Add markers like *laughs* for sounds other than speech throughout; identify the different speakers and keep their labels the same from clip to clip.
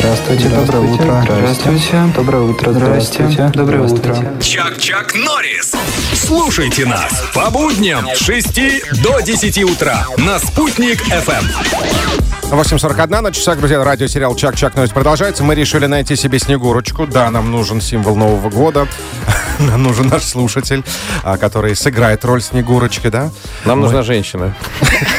Speaker 1: Здравствуйте, доброе утро.
Speaker 2: Здравствуйте.
Speaker 1: Доброе утро.
Speaker 2: Здравствуйте.
Speaker 1: Доброе утро.
Speaker 2: Здравствуйте.
Speaker 3: Чак-Чак Норрис. Слушайте нас по будням с 6 до 10 утра на Спутник FM.
Speaker 4: 8.41 на часах, друзья, радиосериал «Чак-Чак Нойс» продолжается. Мы решили найти себе Снегурочку. Да, нам нужен символ Нового года. *laughs* Нам нужен наш слушатель, а, который сыграет роль Снегурочки, да?
Speaker 5: Нам нужна женщина.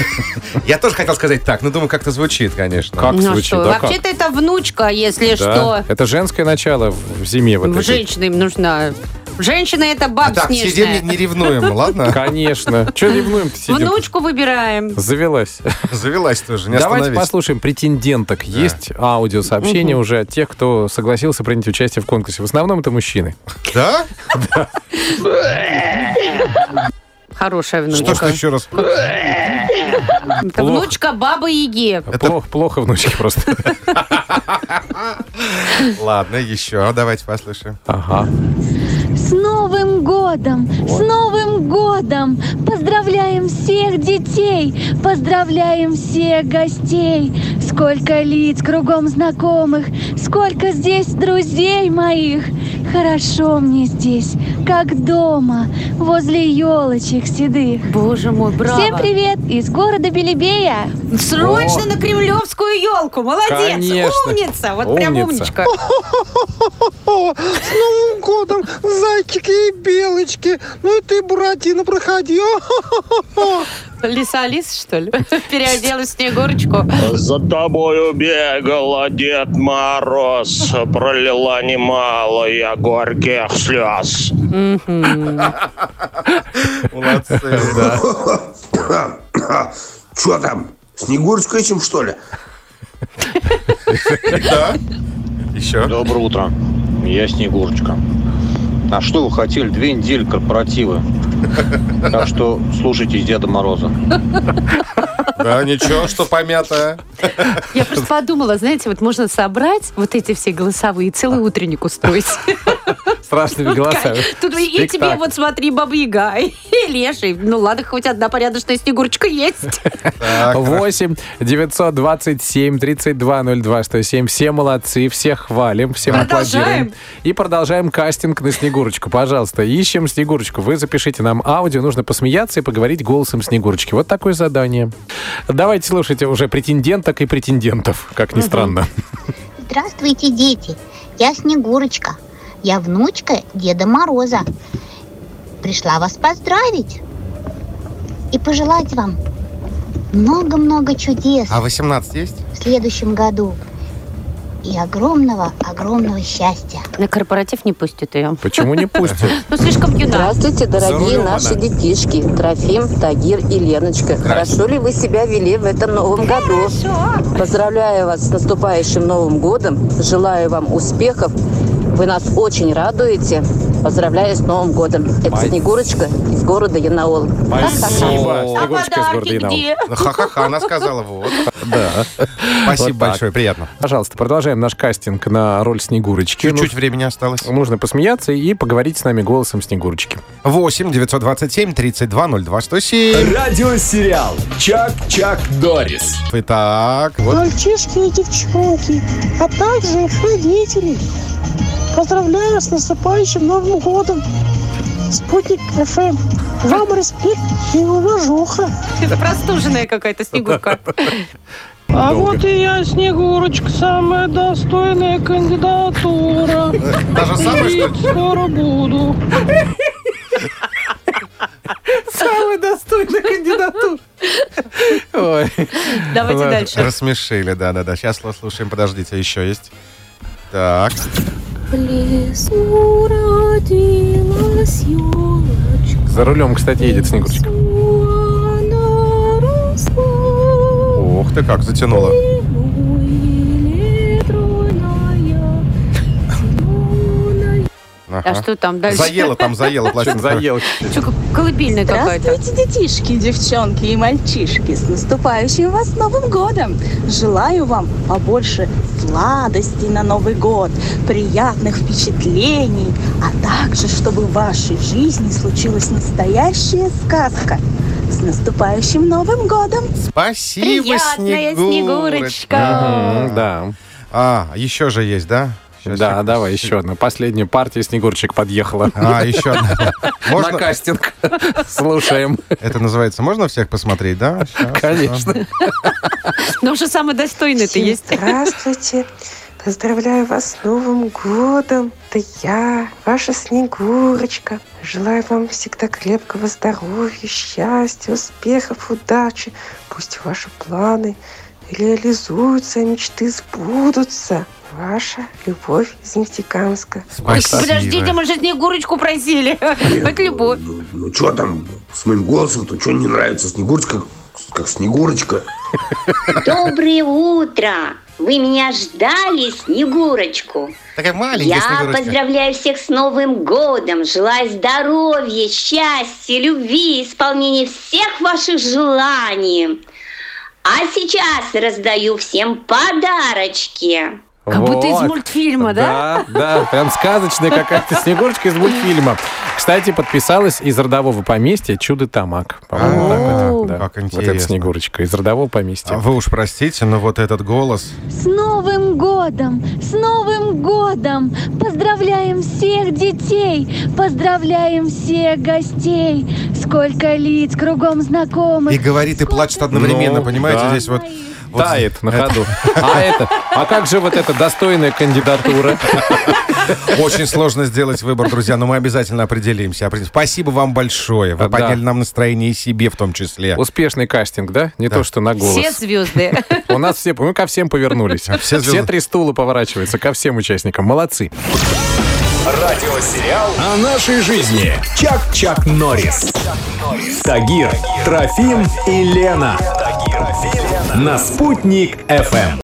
Speaker 4: *laughs* Я тоже хотел сказать так, но думаю, как-то звучит, конечно.
Speaker 5: Как
Speaker 6: Ну
Speaker 5: звучит?
Speaker 6: что,
Speaker 5: Да как?
Speaker 6: вообще-то это внучка,
Speaker 5: Да.
Speaker 6: если что.
Speaker 5: Это женское начало в в зиме. вот
Speaker 6: В
Speaker 5: этой.
Speaker 6: Женщина им нужна. Женщина это
Speaker 4: А
Speaker 6: баб
Speaker 4: Так, сидим, не,
Speaker 6: снежная.
Speaker 4: не ревнуем, ладно?
Speaker 5: Конечно. Че ревнуем-то сидим?
Speaker 6: Внучку выбираем.
Speaker 5: Завелась.
Speaker 4: Завелась тоже, не
Speaker 5: Давайте
Speaker 4: остановись.
Speaker 5: послушаем претенденток. Есть аудиосообщение уже от тех, кто согласился принять участие в конкурсе. В основном это мужчины.
Speaker 4: Да?
Speaker 5: Ну,
Speaker 6: Хорошая
Speaker 4: Что, что
Speaker 6: внучка.
Speaker 4: еще раз?
Speaker 6: Это
Speaker 5: плохо.
Speaker 6: внучка бабы Яги.
Speaker 5: Плохо, плохо внучки просто.
Speaker 4: Ладно, еще. Давайте послушаем.
Speaker 5: Ага.
Speaker 7: С Новым годом! С Новым годом! Поздравляем всех детей! Поздравляем всех гостей! Сколько лиц кругом знакомых! Сколько здесь друзей моих! Хорошо мне здесь, как дома, возле елочек седых.
Speaker 6: Боже мой, браво.
Speaker 7: Всем привет из города Белебея!
Speaker 6: Срочно на кремлевскую елку. Молодец.
Speaker 5: Конечно.
Speaker 6: Умница. Вот прям
Speaker 5: Умница.
Speaker 6: умничка.
Speaker 8: С Новым годом, зайчики и белочки. Ну и ты, Буратино, проходи.
Speaker 6: Лиса Алис, что ли? *laughs* Переоделась в Снегурочку.
Speaker 9: За тобою бегала Дед Мороз, пролила немало я горьких слез.
Speaker 4: Молодцы, да.
Speaker 8: Что там? Снегурочку ищем, что ли?
Speaker 4: Еще.
Speaker 9: Доброе утро, я Снегурочка. А что вы хотели? Две недели корпоративы. Так что слушайтесь Деда Мороза.
Speaker 4: Да, ничего, что помято.
Speaker 6: Я просто подумала, знаете, вот можно собрать вот эти все голосовые и целый утренник устроить.
Speaker 5: Страшными голосами.
Speaker 6: Тут и- и тебе
Speaker 5: Спектакль.
Speaker 6: вот смотри, Баба Яга, и Леший. Ну ладно, хоть одна порядочная Снегурочка есть.
Speaker 5: 8 927 3202 107. Все молодцы, всех хвалим, всем
Speaker 6: Продолжаем.
Speaker 5: аплодируем. И продолжаем кастинг на Снегурочку. Пожалуйста, ищем Снегурочку. Вы запишите нам аудио, нужно посмеяться и поговорить голосом Снегурочки. Вот такое задание. Давайте слушайте уже претенденток и претендентов, как ни странно.
Speaker 10: Здравствуйте, дети! Я Снегурочка. Я внучка Деда Мороза. Пришла вас поздравить и пожелать вам много-много чудес
Speaker 4: А 18 есть?
Speaker 10: в следующем году и огромного-огромного счастья.
Speaker 6: На корпоратив не пустят ее.
Speaker 5: Почему не пустят?
Speaker 6: Ну, слишком юна.
Speaker 7: Здравствуйте, дорогие
Speaker 4: Зарулем
Speaker 7: наши
Speaker 4: она.
Speaker 7: детишки. Трофим, Тагир и Леночка. Хорошо ли вы себя вели в этом новом году? Поздравляю вас с наступающим Новым годом. Желаю вам успехов. Вы нас очень радуете. Поздравляю с Новым годом. Это Снегурочка из города Янаул.
Speaker 5: Спасибо.
Speaker 6: А
Speaker 5: Снегурочка из города
Speaker 6: подарки
Speaker 5: Янаул.
Speaker 6: где?
Speaker 4: Ха-ха-ха, она сказала, вот.
Speaker 5: Да.
Speaker 4: Спасибо
Speaker 5: Вот так.
Speaker 4: большое, приятно.
Speaker 5: Пожалуйста, продолжаем наш кастинг на роль Снегурочки. Ну,
Speaker 4: Чуть-чуть времени осталось.
Speaker 5: Нужно посмеяться и поговорить с нами голосом Снегурочки.
Speaker 4: 8 927 32 02 107.
Speaker 3: Радиосериал Чак-Чак Норрис.
Speaker 4: Итак, вот
Speaker 8: Мальчишки и девчонки, а также их родители. Поздравляю с наступающим Новым годом. Спутник ФМ. Вам респект и уважуха.
Speaker 6: Ты простуженная какая-то Снегурка.
Speaker 8: А
Speaker 5: Долго.
Speaker 8: вот и я, Снегурочка, самая достойная кандидатура.
Speaker 4: даже самое, что ли?
Speaker 8: Скоро буду.
Speaker 5: Самый достойный кандидатур. Ой.
Speaker 6: Давайте
Speaker 5: Ладно.
Speaker 6: дальше.
Speaker 4: Рассмешили, да-да-да. Сейчас слушаем, подождите, еще есть. Так,
Speaker 7: В лесу родилась елочка.
Speaker 5: За рулем, кстати, едет Снегурочка.
Speaker 7: Она росла.
Speaker 4: ух ты, как затянуло.
Speaker 6: А что там дальше?
Speaker 4: Заело там,
Speaker 6: *laughs*
Speaker 4: заело пластинка.
Speaker 5: Заел.
Speaker 6: Что, как колыбельная какая-то.
Speaker 7: Здравствуйте, детишки, девчонки и мальчишки. С наступающим вас Новым годом! Желаю вам побольше сладостей на Новый год, приятных впечатлений, а также, чтобы в вашей жизни случилась настоящая сказка. С наступающим Новым годом!
Speaker 4: Спасибо,
Speaker 6: Приятная Снегурочка.
Speaker 5: Да.
Speaker 4: А, еще же есть, да? Щас
Speaker 5: да,
Speaker 4: я-
Speaker 5: давай, еще одна. Последняя партия Снегурчик подъехала.
Speaker 4: А, еще одна.
Speaker 5: *laughs* На
Speaker 4: Можно,
Speaker 5: кастинг. Слушаем.
Speaker 4: это называется, можно всех посмотреть, да? Щас,
Speaker 5: Конечно.
Speaker 6: Но Ну, уже самый достойный это
Speaker 1: Всем
Speaker 6: есть.
Speaker 1: Здравствуйте. Поздравляю вас с Новым годом. Это я, ваша Снегурочка. Желаю вам всегда крепкого здоровья, счастья, успехов, удачи. Пусть ваши планы реализуются, а мечты сбудутся. Ваша любовь из Нефтекамска.
Speaker 6: Ой,
Speaker 4: спасибо.
Speaker 6: Подождите, мы же Снегурочку просили. Это любовь.
Speaker 2: Ну, ну что там с моим голосом-то? Что не нравится? Снегурочка, как- как Снегурочка.
Speaker 10: Доброе утро! Вы меня ждали, Снегурочку.
Speaker 4: Такая маленькая
Speaker 10: Я
Speaker 4: Снегурочка.
Speaker 10: поздравляю всех с Новым годом. Желаю здоровья, счастья, любви, исполнения всех ваших желаний. А сейчас раздаю всем подарочки.
Speaker 6: Как будто из
Speaker 5: Вот.
Speaker 6: мультфильма, да?
Speaker 5: Да, да, прям сказочная какая-то Снегурочка из мультфильма. Кстати, подписалась из родового поместья «Чудо-тамак». По-моему, так это,
Speaker 4: О,
Speaker 5: да.
Speaker 4: как
Speaker 5: Вот это
Speaker 4: интересно.
Speaker 5: Снегурочка из родового
Speaker 4: А
Speaker 5: поместья.
Speaker 4: Вы уж простите, но вот этот голос.
Speaker 7: С Новым годом! С Новым годом! Поздравляем всех детей! Поздравляем всех гостей! Сколько лиц кругом знакомых!
Speaker 4: И говорит, и плачет одновременно,
Speaker 5: Ну,
Speaker 4: понимаете?
Speaker 5: да.
Speaker 4: Здесь вот... вот-
Speaker 5: Тает на ходу. *laughs* А это, а как же вот эта достойная *laughs* кандидатура?
Speaker 4: Очень сложно сделать выбор, друзья, но мы обязательно определимся. Определ- Спасибо вам большое. Вы
Speaker 5: Да.
Speaker 4: подняли нам настроение и себе в том числе.
Speaker 5: Успешный кастинг, да? Не то, что на
Speaker 6: Все
Speaker 5: голос.
Speaker 6: звезды.
Speaker 5: У нас все, мы ко всем повернулись.
Speaker 4: Все звезды.
Speaker 5: Все три стула поворачиваются ко всем участникам. Молодцы.
Speaker 3: Радиосериал о нашей жизни. Чак-Чак Норрис. Тагир, Трофим и Лена. На «Спутник ФМ».